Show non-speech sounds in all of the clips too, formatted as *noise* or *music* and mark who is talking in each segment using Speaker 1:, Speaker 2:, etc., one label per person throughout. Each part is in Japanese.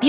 Speaker 1: 美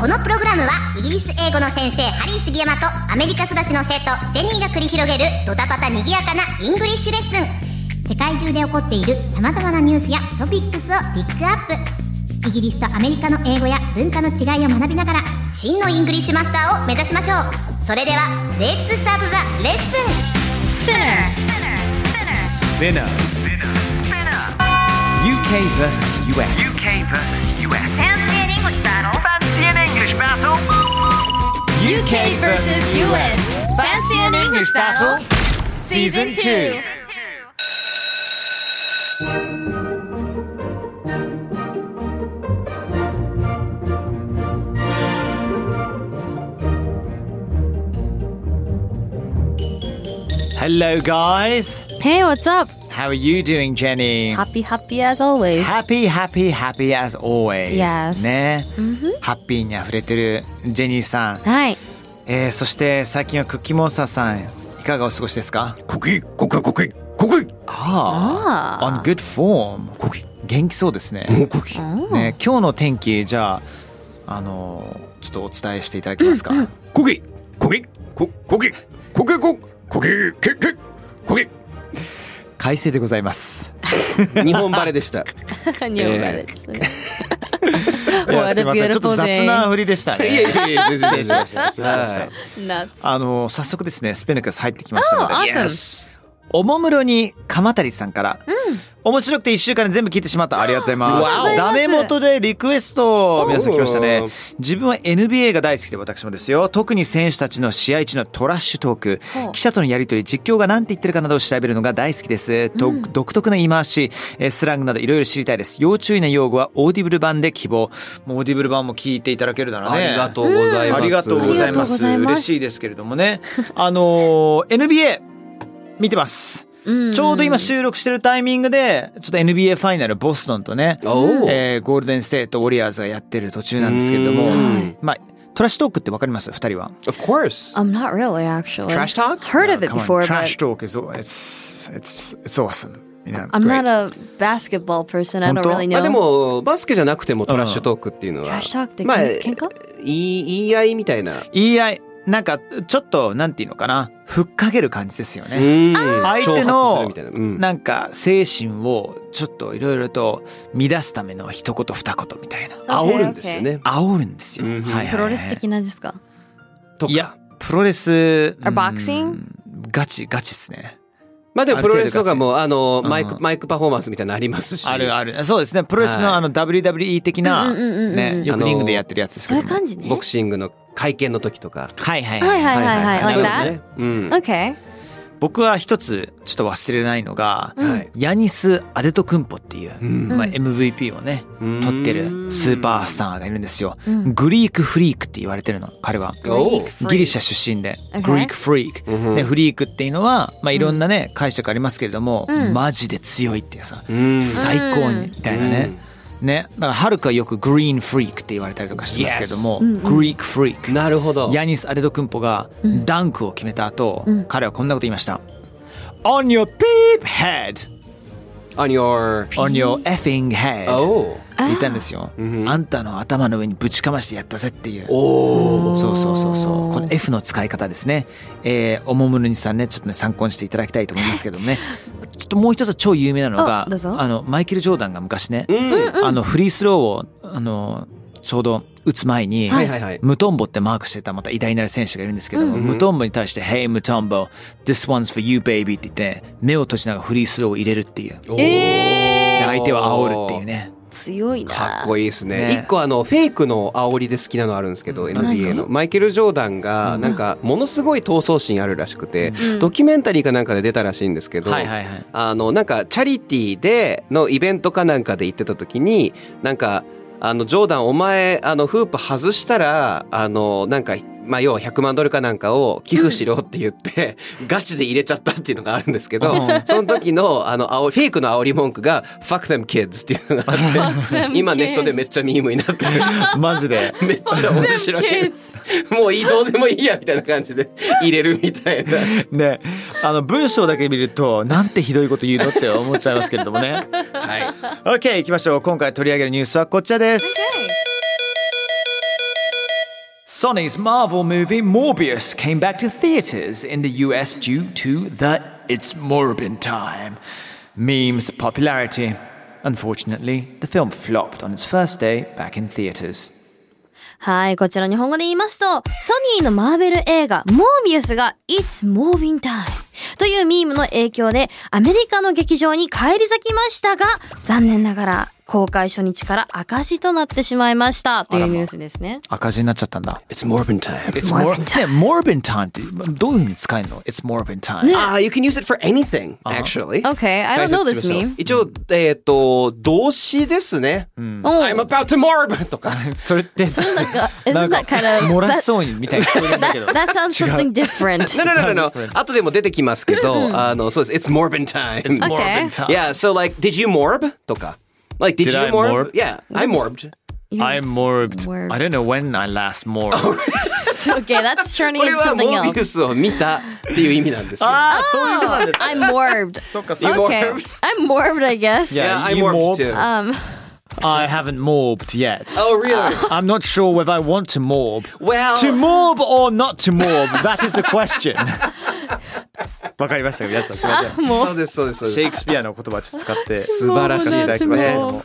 Speaker 2: このプログラムはイギリス英語の先生ハリー杉山とアメリカ育ちの生徒ジェニーが繰り広げるドタパタにぎやかなイングリッシュレッスン世界中で起こっている様々なニュースやトピックスをピックアップイギリスとアメリカの英語や文化の違いを学びながら真のイングリッシュマスターを目指しましょうそれではレッツスタートザレッスン
Speaker 3: Spinner. UK versus US.
Speaker 4: UK versus US. Fancy an English battle. Fancy an English battle.
Speaker 3: UK versus US. Fancy an English battle? Season 2. Hello, guys.
Speaker 5: Hey, what's up?
Speaker 3: How are you doing, Jenny?
Speaker 5: Happy, happy as always.
Speaker 3: Happy, happy, happy as always.
Speaker 5: Yes.
Speaker 3: ね、ハッピーに溢れてるジェニーさん。
Speaker 5: はい。
Speaker 3: えー、そして最近はクッキーモンスターさんいかがお過ごしですか
Speaker 6: コキコキコキコキ
Speaker 3: あ
Speaker 5: *laughs*
Speaker 3: On
Speaker 5: あー
Speaker 3: good form
Speaker 6: コキ
Speaker 3: 元気そうです
Speaker 6: も
Speaker 3: ね
Speaker 6: うコキ
Speaker 3: ね今日の天気じゃああのーちょっとお伝えしていただけますか、
Speaker 6: コキコキココキコキココキケケコキ
Speaker 3: 快晴でございます
Speaker 7: 日本バレでした。
Speaker 5: New
Speaker 7: Eh.
Speaker 5: balance.
Speaker 3: い
Speaker 5: *laughs*
Speaker 3: や
Speaker 5: a
Speaker 3: すいませんちょっと
Speaker 5: beautiful
Speaker 3: 雑
Speaker 5: day.
Speaker 3: な振りで
Speaker 5: *laughs*
Speaker 3: したね
Speaker 7: いやいやいや全然
Speaker 3: 失礼しました失礼しました
Speaker 7: はい
Speaker 5: Nuts.
Speaker 3: あのー早速ですねスペネクス入ってきましたので、
Speaker 5: Oh, awesome.
Speaker 7: Yes
Speaker 3: おもむろに鎌谷さんから、面白くて1週間で全部聞いてしまったありがとうございます
Speaker 7: わお
Speaker 3: ダメ元でリクエストを皆さん来ました
Speaker 7: お
Speaker 3: ね
Speaker 7: ー
Speaker 3: 自分は NBA が大好きで私もですよ特に選手たちの試合中のトラッシュトーク記者とのやり取り実況が何て言ってるかなどを調べるのが大好きです、と独特な言い回しえースラングなどいろいろ知りたいです要注意な用語はオーディブル版で希望もうオーディブル版も聞いていただけるなら
Speaker 7: あ
Speaker 3: ね
Speaker 7: りがとうございます。
Speaker 3: ありがとうございま
Speaker 5: ありがとうご
Speaker 3: す。
Speaker 5: ざいます
Speaker 3: 嬉しいですけれどもね。あのー NBA 見てます。ちょうど今収録してるタイミングでちょっと NBA ファイナルボストンとね、
Speaker 7: おー
Speaker 3: えーゴールデンステートウォリアーズがやってる途中なんですけれども
Speaker 7: うーん、
Speaker 3: まあトラッシュトークってわかります？二人は。
Speaker 7: Of course.
Speaker 5: I'm not really, actually.
Speaker 7: Trash talk?
Speaker 5: Heard of it before,
Speaker 3: Trash
Speaker 5: but
Speaker 3: talk is it's it's it's awesome. You know, it's
Speaker 5: I'm
Speaker 3: great.
Speaker 5: not a basketball person. I don't
Speaker 3: 本当？
Speaker 5: really
Speaker 7: まあで
Speaker 5: know.
Speaker 7: もバスケじゃなくてもトラッシュトークっていうのは、
Speaker 5: Trash talk って
Speaker 7: まあ
Speaker 5: 喧嘩
Speaker 7: 言い言い合いみたいな。
Speaker 3: 言い合いなんかちょっとなんていうのかな、ふっかける感じですよね。
Speaker 7: うん
Speaker 3: 相手
Speaker 7: 挑発す
Speaker 3: の
Speaker 7: るみたいなうん
Speaker 3: なんか精神をちょっといろいろと乱すための一言二言みたいな
Speaker 5: Okay,
Speaker 7: 煽るんですよね。
Speaker 3: 煽るんですよ、
Speaker 7: うんうん
Speaker 3: はいはいはい
Speaker 5: プロレス的なですか
Speaker 7: とか
Speaker 3: いやプロレス
Speaker 5: Or boxing？
Speaker 3: うんガチガチですね
Speaker 7: まあでもプロレスとかもあの
Speaker 3: うん
Speaker 7: マイクマイクパフォーマンスみたいなのありますし。
Speaker 3: あるあるそうですねプロレスの
Speaker 7: はい
Speaker 3: あの WWE 的な、
Speaker 5: うんうんうんうん
Speaker 3: ねよくリングでやってるやつです
Speaker 5: そう
Speaker 3: けど
Speaker 5: いう
Speaker 3: も
Speaker 5: 感じね。
Speaker 7: ボクシングの会見の時とか。
Speaker 3: はいはい
Speaker 5: はいはいはいはい。
Speaker 3: はいはい
Speaker 5: Like
Speaker 3: は
Speaker 5: that?
Speaker 7: ね。うん。
Speaker 5: Okay.
Speaker 3: 僕は一つちょっと忘れないのが、
Speaker 7: はい。
Speaker 3: ヤニス・アデトクンポっていう、
Speaker 7: うん
Speaker 3: まあ、MVP をね
Speaker 7: うん
Speaker 3: 取ってるスーパースターがいるんですよ、
Speaker 5: うん
Speaker 3: グリークフリークって言われてるの彼は
Speaker 7: おう
Speaker 3: ギリシャ出身で
Speaker 5: Okay
Speaker 3: グリークフリーク、
Speaker 7: うん
Speaker 3: ね、フリークっていうのは、まあ、いろんなね、解釈ありますけれども、
Speaker 5: うん
Speaker 3: マジで強いっていうさ、
Speaker 7: うん
Speaker 3: 最高にみたいなね、ねだからはるかよくグリーンフリークって言われたりとかしてますけども、
Speaker 5: Yes うんうん
Speaker 3: グリークフリーク、
Speaker 7: なるほど。
Speaker 3: ヤニス・アデドクンポが
Speaker 5: うん
Speaker 3: ダンクを決めた後、
Speaker 5: うん
Speaker 3: 彼はこんなこと言いました、On your peep head
Speaker 7: on your
Speaker 3: on your effing head、
Speaker 7: oh
Speaker 3: 言ったんですよ、
Speaker 7: うん
Speaker 3: あんたの頭の上にぶちかましてやったぜっていう
Speaker 7: おー
Speaker 3: そうそうそうそうこの F の使い方ですね、えー、おもむろにさんねちょっとね参考にしていただきたいと思いますけど
Speaker 7: *laughs*
Speaker 3: もねちょっともう一つ超有名なのが
Speaker 5: あどうぞ
Speaker 3: あのマイケル・ジョーダンが昔ね、
Speaker 7: うん
Speaker 3: あのフリースローをあのちょうど打つ前に、
Speaker 7: はいはいはい
Speaker 3: ムトンボってマークしてたまた偉大なる選手がいるんですけども、
Speaker 7: うん
Speaker 3: ムトンボに対して「Hey ムトンボ This one's for you baby」って言って目を閉じながらフリースローを入れるっていうで
Speaker 7: おー
Speaker 3: 相手を煽るっていうね
Speaker 5: 強いな。
Speaker 7: か *laughs* っこいいですね。
Speaker 3: ね
Speaker 7: 一個あのフェイクの煽りで好きなのあるんですけど、NBA のマイケル・ジョーダンがなんかものすごい闘争心あるらしくて、ドキュメンタリーかなんかで出たらしいんですけど、
Speaker 3: はいはいはい
Speaker 7: あのなんかチャリティーでのイベントかなんかで行ってた時になんかあのジョーダンお前あのフープ外したらあのなんかまあ要は100万ドルかなんかを寄付しろって言って、ガチで入れちゃったっていうのがあるんですけど、
Speaker 3: うん
Speaker 7: その時のあの煽りフェイクの煽り文句が「Fuck them kids」っていうのがあって今ネットでめっちゃミームにな
Speaker 3: *laughs*
Speaker 7: ってる
Speaker 3: マジで。
Speaker 7: めっちゃ *laughs* 面白いもういいどうでもいいやみたいな感じで入れるみたいな
Speaker 3: *laughs* ね、あの文章だけ見るとなんてひどいこと言うのって思っちゃいますけれどもね。
Speaker 7: はい
Speaker 3: OK 行きましょう今回取り上げるニュースはこちらです。Sony's Marvel movie Morbius came back to theaters in the US due to the It's Morbin time meme's popularity. Unfortunately, the film flopped on its first day back in theaters.
Speaker 5: はい、こちら日本語で言いますと、ソニーのマーベル映画、モービウスが It's Moving Time というミームの影響で、アメリカの劇場に返り咲きましたが、残念ながら公開初日から赤字となってしまいましたというニュースですね。
Speaker 3: 赤字になっちゃったんだ。
Speaker 7: It's Morbin time
Speaker 3: It's Morbin time. ね、Morbin time ってどういうふうに使えるの ?It's Morbin time.
Speaker 7: Ah, you can use it for anything, actually.
Speaker 5: *laughs* Okay, I don't know
Speaker 7: 解説
Speaker 5: this
Speaker 7: しましょう
Speaker 5: meme.
Speaker 7: 一応、えっ、と、動詞ですね。I'm about to morb!
Speaker 3: *laughs*
Speaker 7: とか。
Speaker 3: *laughs* それって
Speaker 5: なんか、isn't that kind of,
Speaker 3: 漏
Speaker 7: *laughs*
Speaker 3: らしそうにみたいに聞こえるんだけど
Speaker 5: that, that sounds something different.
Speaker 7: No, no, no, no, no. 後でも出てきますけど、あの、そうです。It's morbin time.
Speaker 5: *laughs* Okay.
Speaker 7: Yeah, so like, did you morb? とか。Like, did,
Speaker 3: Did
Speaker 7: you
Speaker 3: I
Speaker 7: morb?
Speaker 3: morb?
Speaker 7: Yeah, I morbed.
Speaker 3: I'm morbed.
Speaker 5: Morbed.
Speaker 3: I don't know when I last morbed.
Speaker 5: *laughs* Okay, that's
Speaker 7: *laughs*
Speaker 5: turning
Speaker 7: これ
Speaker 5: into
Speaker 7: は
Speaker 5: something
Speaker 7: モービ
Speaker 5: else.
Speaker 7: ウスを見たっていう意味
Speaker 3: *laughs*
Speaker 7: なんですよ。
Speaker 3: ああ、そういうことなん
Speaker 5: Oh,
Speaker 3: ですね。
Speaker 5: I'm morbed.
Speaker 3: そっかそっ
Speaker 7: You
Speaker 3: か。
Speaker 5: Okay,
Speaker 7: morbed?
Speaker 5: I'm morbed, I guess.
Speaker 7: Yeah, I
Speaker 3: You morbed?
Speaker 7: morbed too.
Speaker 5: Um,
Speaker 3: I haven't morbed yet.
Speaker 7: Oh,
Speaker 5: Ah.
Speaker 7: really?
Speaker 3: I'm not sure whether I want to morb.
Speaker 7: Well, *laughs*
Speaker 3: To morb or not to morb, that is the question. わかりましたか皆さんすみません。
Speaker 7: そうです、そうです、そう
Speaker 3: シェ
Speaker 7: で
Speaker 3: イク
Speaker 7: す。
Speaker 3: スピアの言葉をちょっと使って
Speaker 7: 素晴らしい
Speaker 3: いただきましたけども。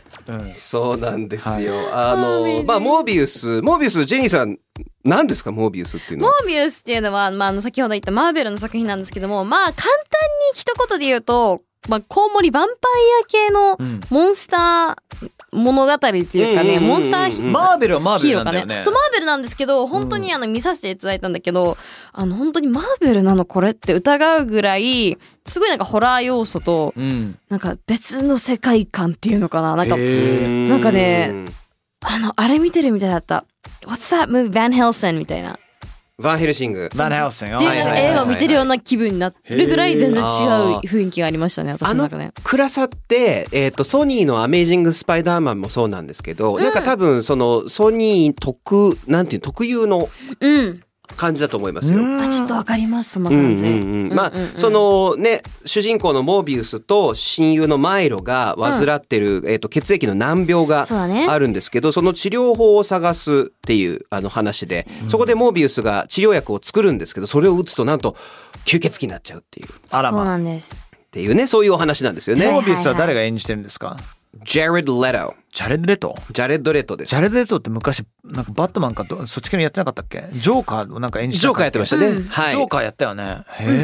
Speaker 7: そうなんですよ。あ
Speaker 5: Oh,
Speaker 7: の、まあ、モービウス、モービウス、ジェニーさん、何ですか、モービウスっていうのは
Speaker 5: モービウスっていうのは、まあ、あの先ほど言ったマーベルの作品なんですけども、まあ、簡単に一言で言うと、まあ、コウモリヴァンパイア系の
Speaker 3: ん
Speaker 5: モンスター物語っていうかね、
Speaker 7: うんうんうん
Speaker 5: モ
Speaker 7: うん
Speaker 5: ンスターヒ
Speaker 3: マーベルはマーベ
Speaker 5: ヒー
Speaker 3: ル
Speaker 5: ロ
Speaker 3: な
Speaker 5: ー
Speaker 3: ん
Speaker 5: か
Speaker 3: だ
Speaker 5: ね
Speaker 3: よね
Speaker 5: そ。う、マーベルなんですけど、本当にあの見させていただいたんだけど、あの本当にマーベルなのこれって疑うぐらい、すごいなんかホラー要素と、
Speaker 3: うん。
Speaker 5: なんか別の世界観っていうのかな。なんか、
Speaker 3: え
Speaker 5: なんかね、あの、あれ見てるみたいだった。What's that movie? Van Helsing みたいな。
Speaker 7: バンヘルシング
Speaker 3: ー。バンハウセン。
Speaker 5: っていう
Speaker 7: はい
Speaker 5: なん
Speaker 7: は
Speaker 5: か
Speaker 7: いはい
Speaker 5: 映画を見てるような気分になるぐらい全然違う
Speaker 7: はいはい
Speaker 5: 雰囲気がありましたね私
Speaker 7: あ
Speaker 5: の
Speaker 7: の
Speaker 5: 中で。
Speaker 7: 暗さって、えっとソニーの「アメイジング・スパイダーマン」もそうなんですけど、なんか多分そのソニー特なんていう特有の
Speaker 5: うん。
Speaker 7: 感じだと思いますよ。
Speaker 5: あちょっとわかりますそんな
Speaker 7: うんうん
Speaker 5: 感じ。
Speaker 7: うんまあ
Speaker 5: うんうんうん
Speaker 7: そのね主人公のモービウスと親友のマイロが患ってる、えっと血液の難病が
Speaker 5: そうだね。
Speaker 7: あるんですけどその治療法を探すっていうあの話でそこでモービウスが治療薬を作るんですけどそれを打つとなんと吸血鬼になっちゃうっていうっ
Speaker 3: あら
Speaker 5: そう
Speaker 3: ま。
Speaker 5: なんです。
Speaker 7: ていうねそういうお話なんですよ
Speaker 3: モ
Speaker 7: ね。
Speaker 3: ービウスは誰が演じてるんですか
Speaker 7: ジャレッド・レト
Speaker 3: ジャレッド・レト
Speaker 7: ジャレッド・レトです
Speaker 3: ジャレッド・レトって昔なんかバットマンかどそっち系のやってなかったっけジョーカーをなんか演じ
Speaker 7: ジョーカーやってましたね。はい。
Speaker 3: ジョーカーやったよね。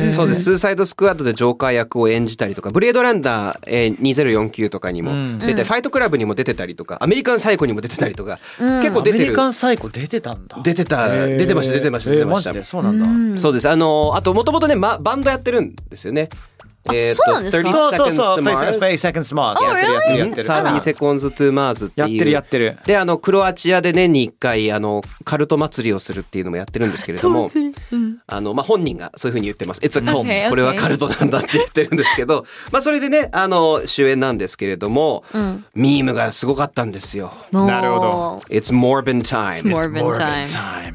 Speaker 7: そうです。スーサイドスクワッドでジョーカー役を演じたりとか、ブレードランダーえー2049とかに
Speaker 3: うん
Speaker 7: も出て、ファイトクラブにも出てたりとか、アメリカンサイコにも出てたりとか、結構
Speaker 3: アメ
Speaker 7: 出て
Speaker 3: リ
Speaker 7: る。
Speaker 3: カンサイコ出てたんだ。
Speaker 7: 出てた、
Speaker 3: へー
Speaker 7: 出てました、出てました、
Speaker 3: えー
Speaker 7: 出てまし
Speaker 3: マジ
Speaker 7: た
Speaker 3: で。そうなんだ。
Speaker 7: そうです。あのー、あと、もともとね、まバンドやってるんですよね。えーと
Speaker 5: そうなんですか
Speaker 3: そうそうそう、Face
Speaker 7: 30 Seconds to Mars
Speaker 3: Face Seconds Mars。
Speaker 5: Oh,
Speaker 3: やってるやってるやってる。
Speaker 7: 30 Seconds to Mars って
Speaker 3: やっ
Speaker 7: いう。
Speaker 3: てるやってる。
Speaker 7: で、あの、クロアチアで年に一回、あの、カルト祭りをするっていうのもやってるんですけれども、あの、まあ、本人がそういうふうに言ってます。It's a cult.
Speaker 5: Okay, okay.
Speaker 7: これはカルトなんだって言ってるんですけど、
Speaker 5: *laughs*
Speaker 7: まあ、それでね、あの、主演なんですけれども、ミームがすごかったんですよ。
Speaker 3: なるほど。
Speaker 7: It's Morbin Time.
Speaker 5: It's Morbin time.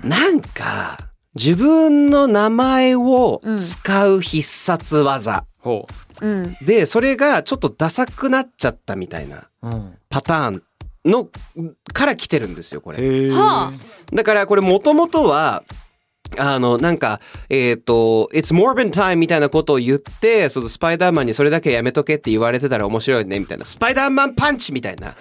Speaker 3: Time
Speaker 7: なんか、自分の名前を使う必殺技。
Speaker 3: ほ
Speaker 5: うん。
Speaker 7: で、それがちょっとダサくなっちゃったみたいな
Speaker 3: う。うん。
Speaker 7: パターンの、から来てるんですよ、これ。
Speaker 3: へえ。
Speaker 5: は
Speaker 7: だからこれもともとは、あの、なんか、えっ、と、It's Morbin Time みたいなことを言って、そのスパイダーマンにそれだけやめとけって言われてたら面白いね、みたいな。スパイダーマンパンチみたいな。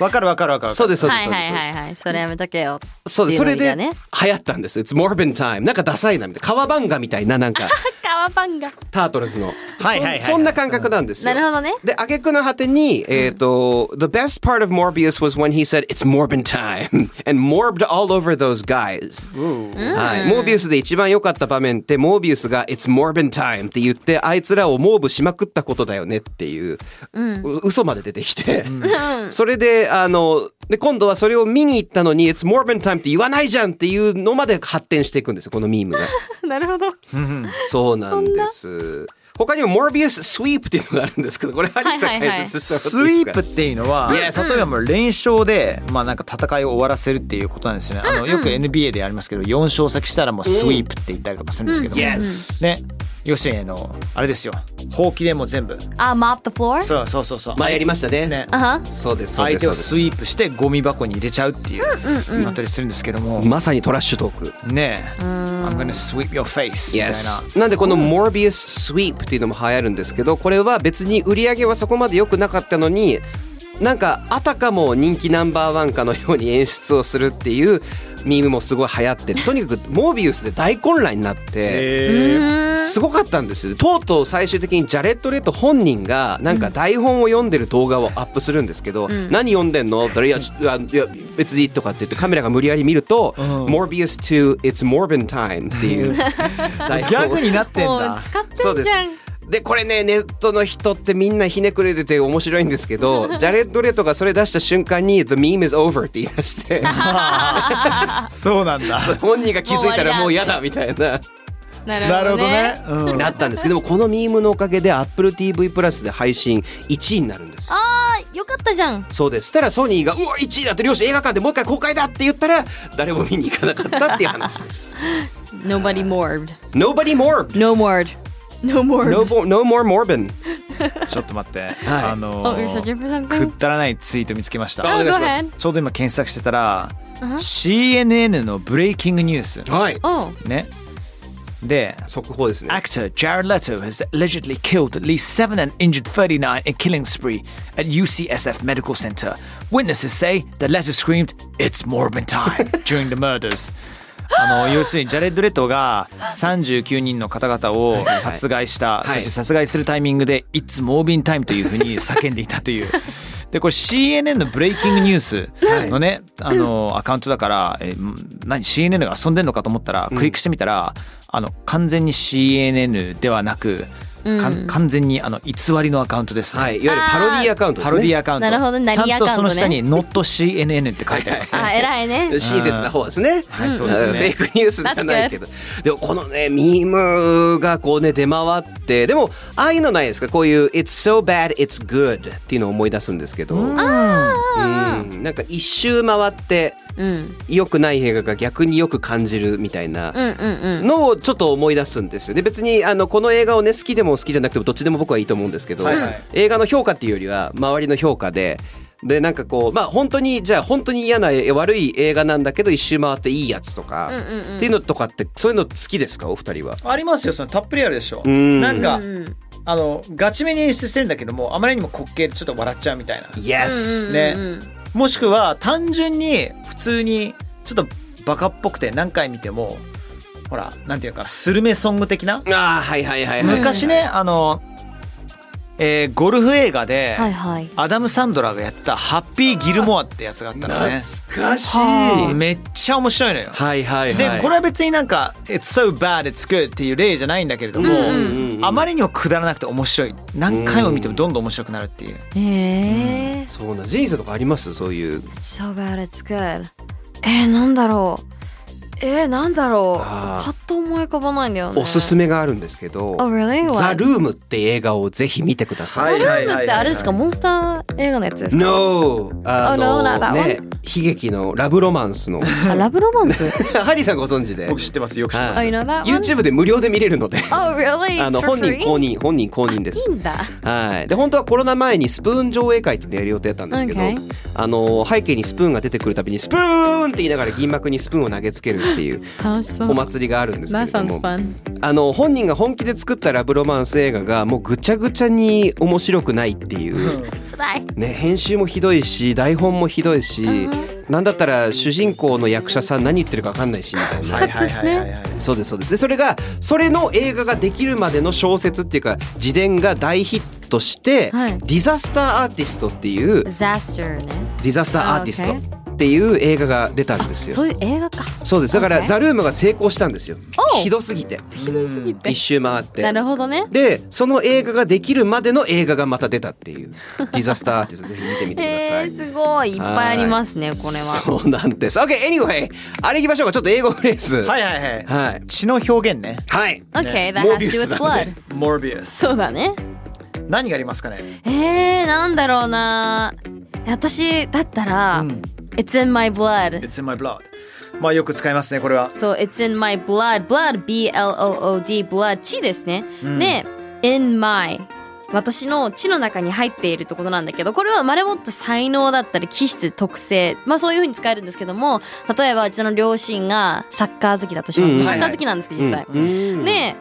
Speaker 3: わかるわかるわかる。
Speaker 7: そうです、
Speaker 5: あ。
Speaker 7: そうです、
Speaker 5: はい
Speaker 7: そう
Speaker 5: は
Speaker 7: で
Speaker 5: い
Speaker 7: す。
Speaker 5: はいはい。それやめとけよ。
Speaker 7: そうです。それ
Speaker 5: ってい
Speaker 7: で
Speaker 5: うのがね
Speaker 7: *laughs* 流行ったんです。It's Morbin Time。なんかダサいな、みたいな。川番画みたいな、なん
Speaker 5: *laughs*
Speaker 7: か、
Speaker 5: カワパンが。
Speaker 7: タートルズの。
Speaker 3: はいはいはい
Speaker 7: そんそんな感覚なんですよ。
Speaker 5: なるほどね。
Speaker 7: で、挙句の果てに、えっ、と、The best part of Morbius was when he said, It's Morbin time, *laughs* and morbed all over those guys. はい。モービウスで一番良かった場面って、モービウスが、It's Morbin time って言って、あいつ *laughs* らをモーブしまくったことだよねっていう、嘘まで出てきて、それで、で、あの、で、今度はそれを見に行ったのに、It's Morbin Time って言わないじゃんっていうのまで発展していくんですよ、このミームが。
Speaker 5: なるほど。
Speaker 7: *laughs* そうなんです。他にも Morbius Sweep っていうのがあるんですけど、これハリーさ
Speaker 5: は
Speaker 7: ん
Speaker 5: いはいはい
Speaker 7: 解説した
Speaker 3: ス
Speaker 7: らい
Speaker 3: イ
Speaker 7: いで
Speaker 3: ー
Speaker 7: す
Speaker 3: プ
Speaker 7: か
Speaker 3: っていうのは、
Speaker 7: Yes
Speaker 3: 例えばもう連勝で、まあ、なんか戦いを終わらせるっていうことなんですよね。あのよく NBA でありますけど4勝先したらもうスイープって言ったりとかするんですけども、
Speaker 7: Yes
Speaker 3: ね要するにあのあれですよほうきでもう全部
Speaker 5: あ、mop the floor?
Speaker 3: そうそうそうそう
Speaker 7: 前やりましたね。
Speaker 3: ね
Speaker 5: あは。
Speaker 7: そうです、そう
Speaker 3: 相
Speaker 7: です。
Speaker 3: 手を
Speaker 7: そう
Speaker 3: スイープしてゴミ箱に入れちゃうっていう言い方りするんですけども、
Speaker 7: ですまさにトラッシュトーク。
Speaker 3: ねえ「I'm gonna sweep your face」みたいな。
Speaker 7: Yes なんでこの Morbius Sweep っていうのも流行るんですけどこれは別に売り上げはそこまで良くなかったのになんかあたかも人気ナンバーワンかのように演出をするっていうミームもすごい流行ってとにかくモービウスで大混乱になってすごかったんですよとうとう最終的にジャレット・レッド本人がなんか台本を読んでる動画をアップするんですけど、何読んでんのいやちょあいや別にとかって言ってカメラが無理やり見ると「Morbius 2 It's Morbin Time」っていう台本
Speaker 3: ギャグになって *laughs* ん
Speaker 5: も
Speaker 3: だ
Speaker 5: う。使って
Speaker 7: そうんです
Speaker 5: じゃん。
Speaker 7: でこれねネットの人ってみんなひねくれてて面白いんですけ *laughs* どジャレッド・レッドがそれ出した瞬間に「The meme is over」って言い出して *laughs*
Speaker 3: そうなんだ。
Speaker 7: 本人が気づいたら
Speaker 5: も
Speaker 7: も
Speaker 5: う
Speaker 7: う
Speaker 5: 終わ
Speaker 7: 嫌
Speaker 5: りだ
Speaker 7: だみたいな
Speaker 5: な
Speaker 3: な
Speaker 5: る
Speaker 3: るほ
Speaker 5: ほど
Speaker 3: ど
Speaker 5: ね。
Speaker 3: ね。うん
Speaker 7: なったんですけどでもこのミームのおかげで AppleTV プラスで配信1位になるんですよ
Speaker 5: あー、よかったじゃん。
Speaker 7: そうですそしたらソニーが「うわ1位だって両親映画館でもう一回公開だ!」って言ったら誰も見に行かなかったっていう話です
Speaker 5: Nobody morbed.
Speaker 7: Nobody more
Speaker 5: No morbed. No
Speaker 7: No,
Speaker 5: morbed.
Speaker 7: bo- no more Morbin
Speaker 3: ちょっと待って。
Speaker 7: はい
Speaker 3: あの
Speaker 5: Oh, you're searching for
Speaker 3: く
Speaker 5: something?
Speaker 3: だらないツイート見つけました。
Speaker 7: あ
Speaker 5: Oh,
Speaker 7: お
Speaker 5: go
Speaker 7: 願い
Speaker 5: ahead.
Speaker 3: ちょうど今検索してたら、CNN のブレイキングニュース。
Speaker 7: はい
Speaker 5: Oh.
Speaker 3: ね。で、
Speaker 7: 速報ですね
Speaker 3: Actor Jared Leto has allegedly killed at least seven and injured 39 in killing spree at UCSF Medical Center. Witnesses say that Leto screamed, It's Morbin
Speaker 7: *laughs*
Speaker 3: time during the murders. あの要するにジャレッド・レトが39人の方々を殺害した、
Speaker 7: い
Speaker 3: そして殺害するタイミングで「It's Morbin Time」というふうに叫んでいたという。でこれ CNN のブレイキングニュースのね、あのアカウントだから、えん何 CNN が遊んでんのかと思ったらクリックしてみたら、あの完全に CNN ではなく、かん完全にあの偽りのアカウントですね。
Speaker 7: はいいわゆるパロディアカウントで
Speaker 3: パ
Speaker 7: すね
Speaker 3: ロディアカウント。
Speaker 5: なるほど何
Speaker 3: ちゃんとその下
Speaker 5: アカウントね
Speaker 3: に Not CNN って書いてありますね。
Speaker 5: あ、偉いね。
Speaker 7: 親切な方ですね。
Speaker 3: はいそうですね
Speaker 7: んフェイクニュースではないけど、でもこのねミームがこうね出回って、でもああいうのないですか？こういう It's so bad, it's good っていうのを思い出すんですけど、うんなんか一周回って
Speaker 5: うん。
Speaker 7: 良くない映画が逆によく感じるみたいな。
Speaker 5: うんうんうん。
Speaker 7: のをちょっと思い出すんですよね別にあのこの映画をね好きでも好きじゃなくてもどっちでも僕はいいと思うんですけど、
Speaker 3: はいはい
Speaker 7: 映画の評価っていうよりは周りの評価ででなんかこうまあ本当にじゃあ本当に嫌なえ悪い映画なんだけど一周回っていいやつとか、っていうのとかってそういうの好きですかお二人は。
Speaker 3: ありますよそのたっぷりあるでしょ
Speaker 7: うん
Speaker 3: なんか、
Speaker 5: ん
Speaker 3: あのガチめに演出してるんだけどもあまりにも滑稽でちょっと笑っちゃうみたいな
Speaker 7: Yes、
Speaker 3: ね、
Speaker 5: うん
Speaker 3: もしくは単純に普通にちょっとバカっぽくて何回見てもほらなんていうかスルメソング的な、
Speaker 7: ああはいはいはいはい。
Speaker 3: 昔ねあの、えーゴルフ映画で、
Speaker 5: はいはい。
Speaker 3: アダム・サンドラーがやってた「ハッピー・ギルモア」ってやつがあったのね
Speaker 7: 懐かしい。
Speaker 5: は
Speaker 3: めっちゃ面白いのよ、
Speaker 7: はいはいはい。
Speaker 3: でこれは別になんか「It's so bad it's good」っていう例じゃないんだけれども、
Speaker 7: うんうん
Speaker 3: あまりにもくだらなくて面白い何回も見てもどんどん面白くなるっていう、
Speaker 5: へえ。
Speaker 7: そうなんジェニーさんとかありますそういう
Speaker 5: So bad it's good. えー、なんだろう。えー、なんだろう。
Speaker 7: あー
Speaker 5: パッと思い浮かばないんだよね。
Speaker 7: おすすめがあるんですけど。
Speaker 5: Oh, really?
Speaker 7: ザ
Speaker 5: What?
Speaker 7: ルームって映画をぜひ見てください。
Speaker 3: はい
Speaker 5: ザルームってあれですか、モンスター映画のやつ
Speaker 7: *laughs*
Speaker 5: ですか
Speaker 7: No! あ
Speaker 5: no, not that
Speaker 7: のね、悲劇のラブロマン *laughs* スの。
Speaker 5: あラブロマンス
Speaker 7: ハリーさんご存知で。
Speaker 3: ってますよく
Speaker 7: はい
Speaker 5: Oh, you know that one?
Speaker 7: YouTube で無料で見れるので。
Speaker 5: Oh, really?
Speaker 7: あの
Speaker 5: It's for
Speaker 7: 本人
Speaker 5: free?
Speaker 7: 公認本人公認で
Speaker 5: い
Speaker 7: す
Speaker 5: い。んだ。
Speaker 7: はい。で本当はコロナ前にスプーン上映会っていうのやる予定だったんですけど、
Speaker 5: Okay
Speaker 7: あの背景にスプーンが出てくるたびにスプーンって言いながら銀幕にスプーンを投げつけるっていう
Speaker 5: 楽しそ
Speaker 7: お祭りがあるんですけれ
Speaker 5: That
Speaker 7: ど
Speaker 5: sounds
Speaker 7: も、
Speaker 5: fun.
Speaker 7: あの本人が本気で作ったラブロマンス映画がもうぐちゃぐちゃに面白くないっていう。
Speaker 5: つらい。
Speaker 7: ね、編集もひどいし台本もひどいし、なんだったら主人公の役者さん何言ってるか分かんないしみたいな。
Speaker 3: はいはいはいはいはい
Speaker 7: そうですそうですでそれがそれの映画ができるまでの小説っていうか自伝が大ヒットして、
Speaker 5: はい
Speaker 7: ディザスターアーティストっていうデ
Speaker 5: Disaster ね。
Speaker 7: ィザスターアーティス
Speaker 5: あ
Speaker 7: トっていう映画が出たんですよ
Speaker 5: そういう映画か
Speaker 7: そうですだから、
Speaker 5: Okay
Speaker 7: ザルームが成功したんですよ
Speaker 5: おう
Speaker 7: ひどすぎて
Speaker 5: ひどすぎて
Speaker 7: 一周回って
Speaker 5: なるほどね
Speaker 7: でその映画ができるまでの映画がまた出たっていうディザスターアーティストぜひ見てみてくださ
Speaker 5: え
Speaker 7: い、
Speaker 5: ー、すごいいっぱいありますねこれは
Speaker 7: そうなんです OK anyway あれ行きましょうかちょっと英語フレーズ
Speaker 3: はいいはいはい。
Speaker 7: はい
Speaker 3: 血の表現ね。
Speaker 7: はい、
Speaker 5: Okay, that
Speaker 7: モー
Speaker 5: has
Speaker 7: ビ
Speaker 5: to do
Speaker 7: ウス
Speaker 5: with
Speaker 7: なんで
Speaker 5: blood
Speaker 3: モービウス。
Speaker 5: そうだね
Speaker 3: 何がありますかね。
Speaker 5: えー、なんだろうな私だったら、
Speaker 3: うん
Speaker 5: It's in my blood
Speaker 3: It's in my blood。まあよく使いますねこれは。
Speaker 5: そう、It's in my blood blood B-L-O-O-D blood 血ですね、で in my 私の血の中に入っているってことなんだけどこれは生まれ持った才能だったり気質特性まあそういうふうに使えるんですけども例えばうちの両親がサッカー好きだとします、
Speaker 7: うん
Speaker 5: サッカー好きなんですけど実際、
Speaker 7: うん
Speaker 5: で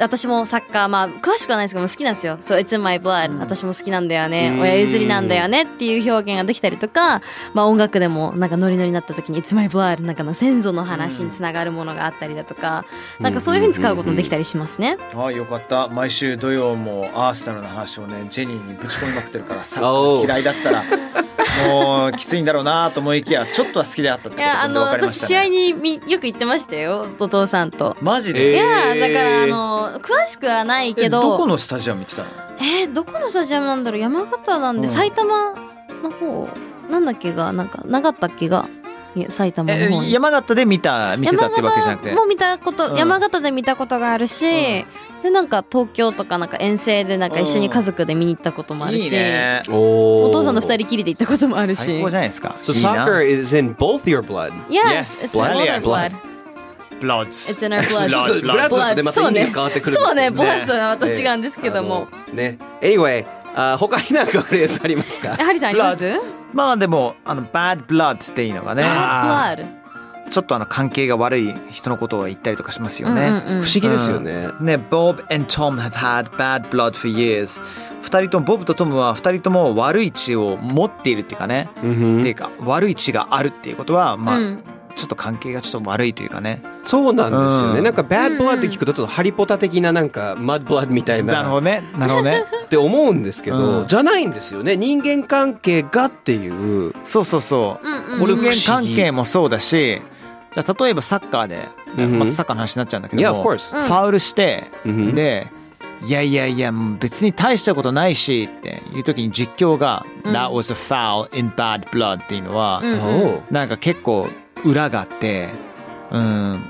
Speaker 5: 私もサッカーまあ詳しくはないですけども好きなんですよ「そう It's in my blood、私も好きなんだよね
Speaker 7: うん
Speaker 5: 親譲りなんだよね」っていう表現ができたりとか、まあ、音楽でもなんかノリノリになった時に「It's my blood」なんかの先祖の話につながるものがあったりだとか、なんかそういうふうに使うこともできたりしますね。
Speaker 3: はいよかった。毎週土曜もアーセナルの話をねジェニーにぶち込みまくってるからサッカ
Speaker 7: おう
Speaker 3: ー嫌いだったらもうきついんだろうなと思いきやちょっとは好きであったって
Speaker 5: い
Speaker 3: こと
Speaker 5: やあ
Speaker 3: が
Speaker 5: の
Speaker 3: 分かりま
Speaker 5: 私
Speaker 3: した
Speaker 5: 試合
Speaker 3: ね。
Speaker 5: にみよく行ってましたよお父さんと。
Speaker 3: マジで。
Speaker 5: い
Speaker 7: え
Speaker 5: や
Speaker 7: ー
Speaker 5: だからあの詳しくはないけ
Speaker 3: え
Speaker 5: ど
Speaker 3: どこのスタジアム行ってたの。
Speaker 5: えー、どこのスタジアムなんだろう山形なんで、
Speaker 3: うん
Speaker 5: 埼玉の方なんだっけがなんかなかったっけがいや埼玉の
Speaker 3: え
Speaker 5: 方に
Speaker 3: 山形で見た見てたってわけじゃなくて
Speaker 5: 山形。も見たこと、
Speaker 3: うん
Speaker 5: 山形で見たことがあるし、でなんか東京とかなんか遠征でなんか一緒に家族で見に行ったこともある
Speaker 3: いい
Speaker 5: し、
Speaker 3: ね。
Speaker 7: お
Speaker 5: お父さんの二人きりで行ったこともあるし
Speaker 3: 最高じゃないですか。
Speaker 7: So
Speaker 3: いいな
Speaker 7: soccer is in both your blood
Speaker 3: Yes,
Speaker 5: Yes, it's in
Speaker 7: blood,
Speaker 5: our
Speaker 7: yes.
Speaker 5: blood.
Speaker 3: Bloods.
Speaker 5: It's in our blood.
Speaker 7: ちょっとブラザーズでまた意味が変わってくるんです
Speaker 5: そうね、
Speaker 7: ね
Speaker 5: ボラッツはまた違うんですけども。
Speaker 7: あのね Anyway あ他になんかフレーズありますか
Speaker 5: えハリーさんあります
Speaker 3: まあでもあの bad blood っていいのがね。
Speaker 5: ?Blood。
Speaker 3: ちょっとあの関係が悪い人のことを言ったりとかしますよね。
Speaker 5: うんうんうん
Speaker 7: 不思議ですよね、
Speaker 3: ね、Bob and Tom have had bad blood for years. 二人ともボブとトムは二人とも悪い血を持っているっていうかね、
Speaker 7: うん
Speaker 3: っていうか悪い血があるっていうことはまあ、
Speaker 5: うん
Speaker 3: ちょっと関係がちょっと悪いというかね。
Speaker 7: そうなんですよね、
Speaker 3: うん
Speaker 7: なんか bad blood って聞くとちょっとハリポタ的ななんか mud blood みたい
Speaker 3: なるほ
Speaker 7: な
Speaker 3: どね、なるほどね。
Speaker 7: って思うんですけど、
Speaker 3: うん
Speaker 7: じゃないんですよね人間関係がっていう
Speaker 3: そうそうそうう。
Speaker 5: んうん。
Speaker 3: 人間関係もそうだし、じゃあ例えばサッカーで、
Speaker 7: うん
Speaker 3: またサッカーの話になっちゃうんだけど
Speaker 7: Yeah
Speaker 3: も、
Speaker 7: of course
Speaker 3: ファウルして、
Speaker 7: うん
Speaker 3: で「いやいやいやもう別に大したことないし」っていう時に実況が「
Speaker 5: うん
Speaker 3: That was a foul in bad blood」っていうのは、
Speaker 5: うんうん
Speaker 7: おう
Speaker 3: なんか結構裏があってうん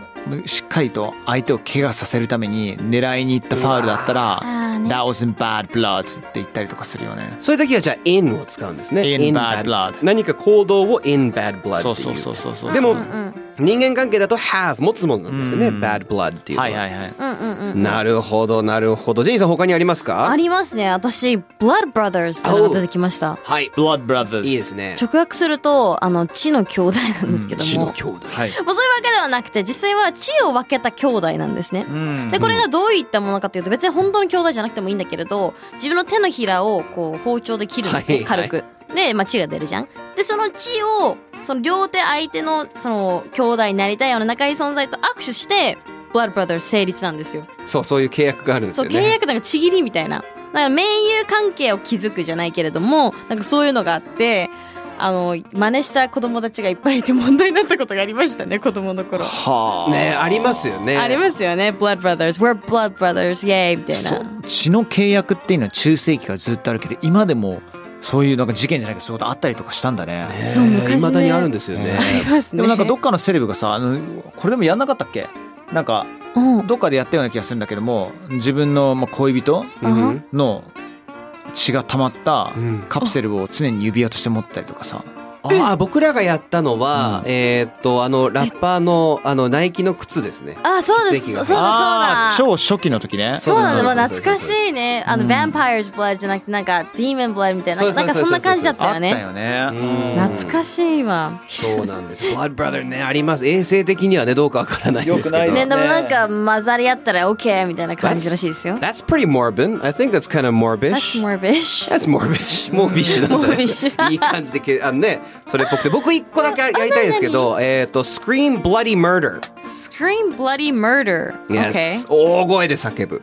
Speaker 3: しっかりと相手を怪我させるために狙いに行ったファウルだったら
Speaker 5: あー
Speaker 3: 「
Speaker 5: ね
Speaker 3: That was in bad blood」って言ったりとかするよね。
Speaker 7: そういう時はじゃあ in を使うんですね
Speaker 3: In bad blood
Speaker 7: 何か行動を in bad blood って
Speaker 3: そ
Speaker 7: いう
Speaker 3: うそうそうそうそう。
Speaker 7: でも、
Speaker 5: うんうん
Speaker 7: 人間関係だと have 持つものなんですよね、
Speaker 3: うん
Speaker 7: bad blood っていうの
Speaker 3: はいはいはい。
Speaker 5: うんうんうん。
Speaker 7: なるほどなるほどジェニーさん他にありますか
Speaker 5: ありますね私 Blood Brothers ってのが出てきました
Speaker 7: はい
Speaker 3: Blood Brothers。
Speaker 7: いいですね
Speaker 5: 直訳するとあの血の兄弟なんですけど
Speaker 7: 血
Speaker 5: も、
Speaker 7: の兄弟
Speaker 3: はい。
Speaker 5: もうそういうわけではなくて実際は血を分けた兄弟なんですね
Speaker 3: う。ん
Speaker 5: でこれがどういったものかというと別に本当の兄弟じゃなくてもいいんだけれど自分の手のひらをこう包丁で切るんですね、
Speaker 7: はいはい
Speaker 5: 軽く。で、まあ、血が出るじゃん。でその血をその両手相手のその兄弟になりたいような仲いい存在と握手して Blood Brothers 成立なんですよ。
Speaker 7: そうそういう契約があるんです
Speaker 5: そう
Speaker 7: よね
Speaker 5: 契約なんかちぎりみたいなだから盟友関係を築くじゃないけれどもなんかそういうのがあってあの真似した子供たちがいっぱいいて問題になったことがありましたね子供の頃
Speaker 3: はあ。
Speaker 7: ねありますよね
Speaker 5: ありますよね Blood Brothers We're Blood Brothers イェーイみたい
Speaker 3: そう
Speaker 5: な
Speaker 3: 血の契約っていうのは中世紀からずっとあるけど今でもそういうなんか事件じゃないけどそういうことあったりとかしたんだね。
Speaker 5: そう昔ね
Speaker 7: いまだにあるんですよね
Speaker 5: ありますね
Speaker 3: でもなんかどっかのセレブがさあのこれでもやんなかったっけなんか
Speaker 5: うん
Speaker 3: どっかでやったような気がするんだけども自分のまあ恋人
Speaker 7: うん
Speaker 3: の血が溜まった
Speaker 7: うん
Speaker 3: カプセルを常に指輪として持ったりとかさ
Speaker 7: ああ僕らがやったのは、
Speaker 3: う
Speaker 7: えーっとあのラッパーのあのナイキの靴ですね
Speaker 5: あそうですそ
Speaker 7: 血液
Speaker 5: う
Speaker 7: が
Speaker 5: だそう
Speaker 3: あ
Speaker 5: だ
Speaker 3: ー超初期の時ね
Speaker 5: そうなんだ
Speaker 7: そうそうそうそう
Speaker 5: まあ懐かしいねあの、
Speaker 3: うん
Speaker 5: Vampires Blood じゃなくてなんか Demon Blood みたいななんかなんかそんな感じだった
Speaker 3: あ
Speaker 5: よ
Speaker 3: った
Speaker 5: ね
Speaker 3: よね
Speaker 7: うん
Speaker 5: 懐かしいわ
Speaker 7: そうなんです *laughs* Blood Brother ねあります衛生的にはねどうかわからないんですけど
Speaker 3: 良くない
Speaker 5: ね
Speaker 3: す
Speaker 5: でもなんか混ざり合ったら OK みたいな感じらしいですよ
Speaker 7: That's pretty morbid I think that's kind of
Speaker 5: That's
Speaker 7: morbish
Speaker 5: morbish
Speaker 7: That's morbish *laughs* モービッシュなんじゃないですか
Speaker 5: Morbish
Speaker 7: いい感じでけあのねそれっぽくて僕一個だけやりたいです
Speaker 5: *laughs*
Speaker 7: けどえーっと Scream Bloody Murder
Speaker 5: Scream bloody murder
Speaker 7: Yes 大声で叫ぶ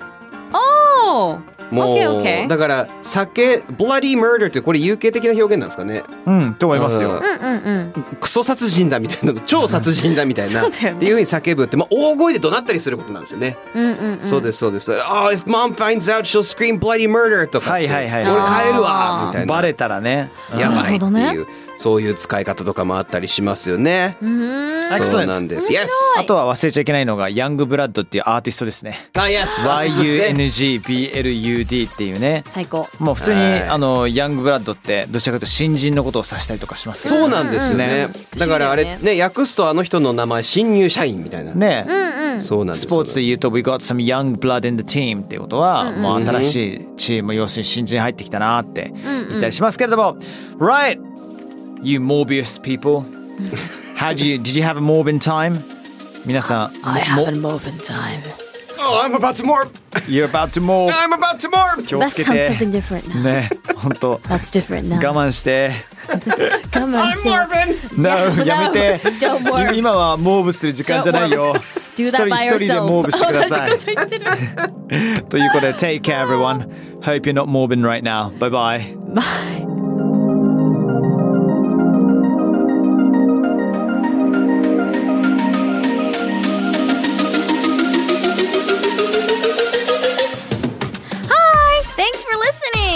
Speaker 5: Okay Oh
Speaker 7: もう
Speaker 5: OK OK
Speaker 7: だから酒 bloody murder ってこれ有形的な表現なんですかね
Speaker 3: うんと思いますよ
Speaker 7: うん
Speaker 5: うんうんうん
Speaker 7: クソ殺人だみたいな超殺人だみたい
Speaker 5: *laughs*
Speaker 7: な、
Speaker 5: そう
Speaker 7: っ
Speaker 5: だよね
Speaker 7: ていうふうに叫ぶって、まあ、大声で怒鳴ったりすることなんですよね、
Speaker 5: うんうんうん
Speaker 7: そうですそうです「ああ if mom finds out she'll scream bloody murder」とかって
Speaker 3: はいはいはい
Speaker 7: 俺帰る
Speaker 5: あー
Speaker 7: わ」みたいな
Speaker 3: バレたらね
Speaker 7: やばいって
Speaker 5: な
Speaker 7: いう、
Speaker 5: る
Speaker 7: そういう使い方とかもあったりしますよね、
Speaker 5: うーん
Speaker 3: あ
Speaker 7: そうなんです
Speaker 5: 面白い
Speaker 7: Yes
Speaker 3: あとは忘れちゃいけないのがヤングブラッドっていうアーティストですね
Speaker 7: あ Yes そうですね
Speaker 3: YUNGBLUD っていうね
Speaker 5: 最高
Speaker 3: もう普通に
Speaker 7: はい
Speaker 3: あのヤングブラッドってどちらかというと新人のことを指したりとかしますけど
Speaker 7: そうなんですよね、だからあれ
Speaker 5: 不思議
Speaker 7: ね訳すとあの人の名前新入社員みたいな、
Speaker 3: ねえ
Speaker 5: うんうん
Speaker 7: そうなんで
Speaker 3: ス
Speaker 7: す
Speaker 3: ポーツで言うと We got some young blood in the team っていうことはもう新しいチーム要するに新人入ってきたなって言ったりしますけれども Right You Morbius people How do you Did you have a Morbin time? 皆さん
Speaker 5: moving time
Speaker 7: Oh I'm about to morb
Speaker 3: You're about to
Speaker 7: *laughs*
Speaker 3: morb
Speaker 7: I'm about to morb
Speaker 3: 気を
Speaker 5: That
Speaker 3: つけ
Speaker 5: sounds
Speaker 3: て
Speaker 5: something different now
Speaker 3: ね本当
Speaker 5: That's different now
Speaker 3: 我慢して
Speaker 5: 我慢
Speaker 7: I'm
Speaker 5: して
Speaker 7: morbin
Speaker 3: な
Speaker 5: Yeah,
Speaker 3: やめて
Speaker 5: no, don't work.
Speaker 3: 今はモーブする時間じゃないよ一
Speaker 5: Do
Speaker 3: 人
Speaker 5: that by
Speaker 3: 一人で
Speaker 5: yourself Oh,
Speaker 3: モー
Speaker 5: *laughs*
Speaker 3: ブしてください
Speaker 5: 同じこと言ってる
Speaker 3: ということで Take care everyone Hope you're not morbing right now Bye bye
Speaker 5: まあはい Thanks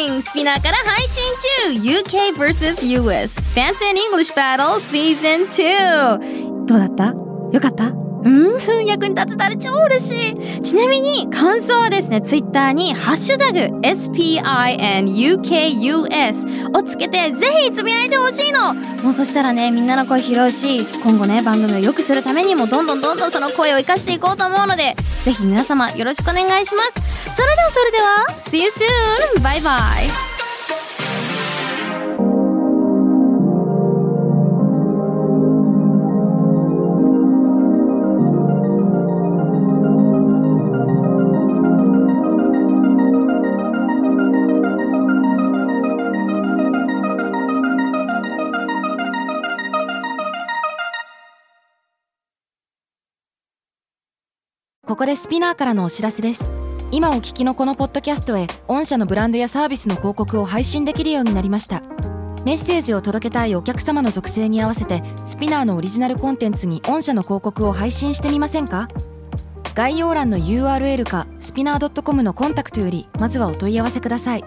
Speaker 5: for listening! スピナーから配信中 !UK vs.US Fancy and English Battle Season 2! どうだったよかった *laughs* うん役に立てたら超嬉しいちなみに感想はですね、ツイッターにハッシュタグ SPINUKUS をつけてぜひつぶやいてほしいのもうそしたらね、みんなの声拾うし、今後ね、番組を良くするためにもどんどんどんどんその声を生かしていこうと思うので、ぜひ皆様よろしくお願いしますそれではそれでは、See you soon! バイバイ
Speaker 8: ここでスピナーからのお知らせです今お聞きのこのポッドキャストへ御社のブランドやサービスの広告を配信できるようになりましたメッセージを届けたいお客様の属性に合わせてスピナーのオリジナルコンテンツに御社の広告を配信してみませんか概要欄の URL かスピナー .com のコンタクトよりまずはお問い合わせください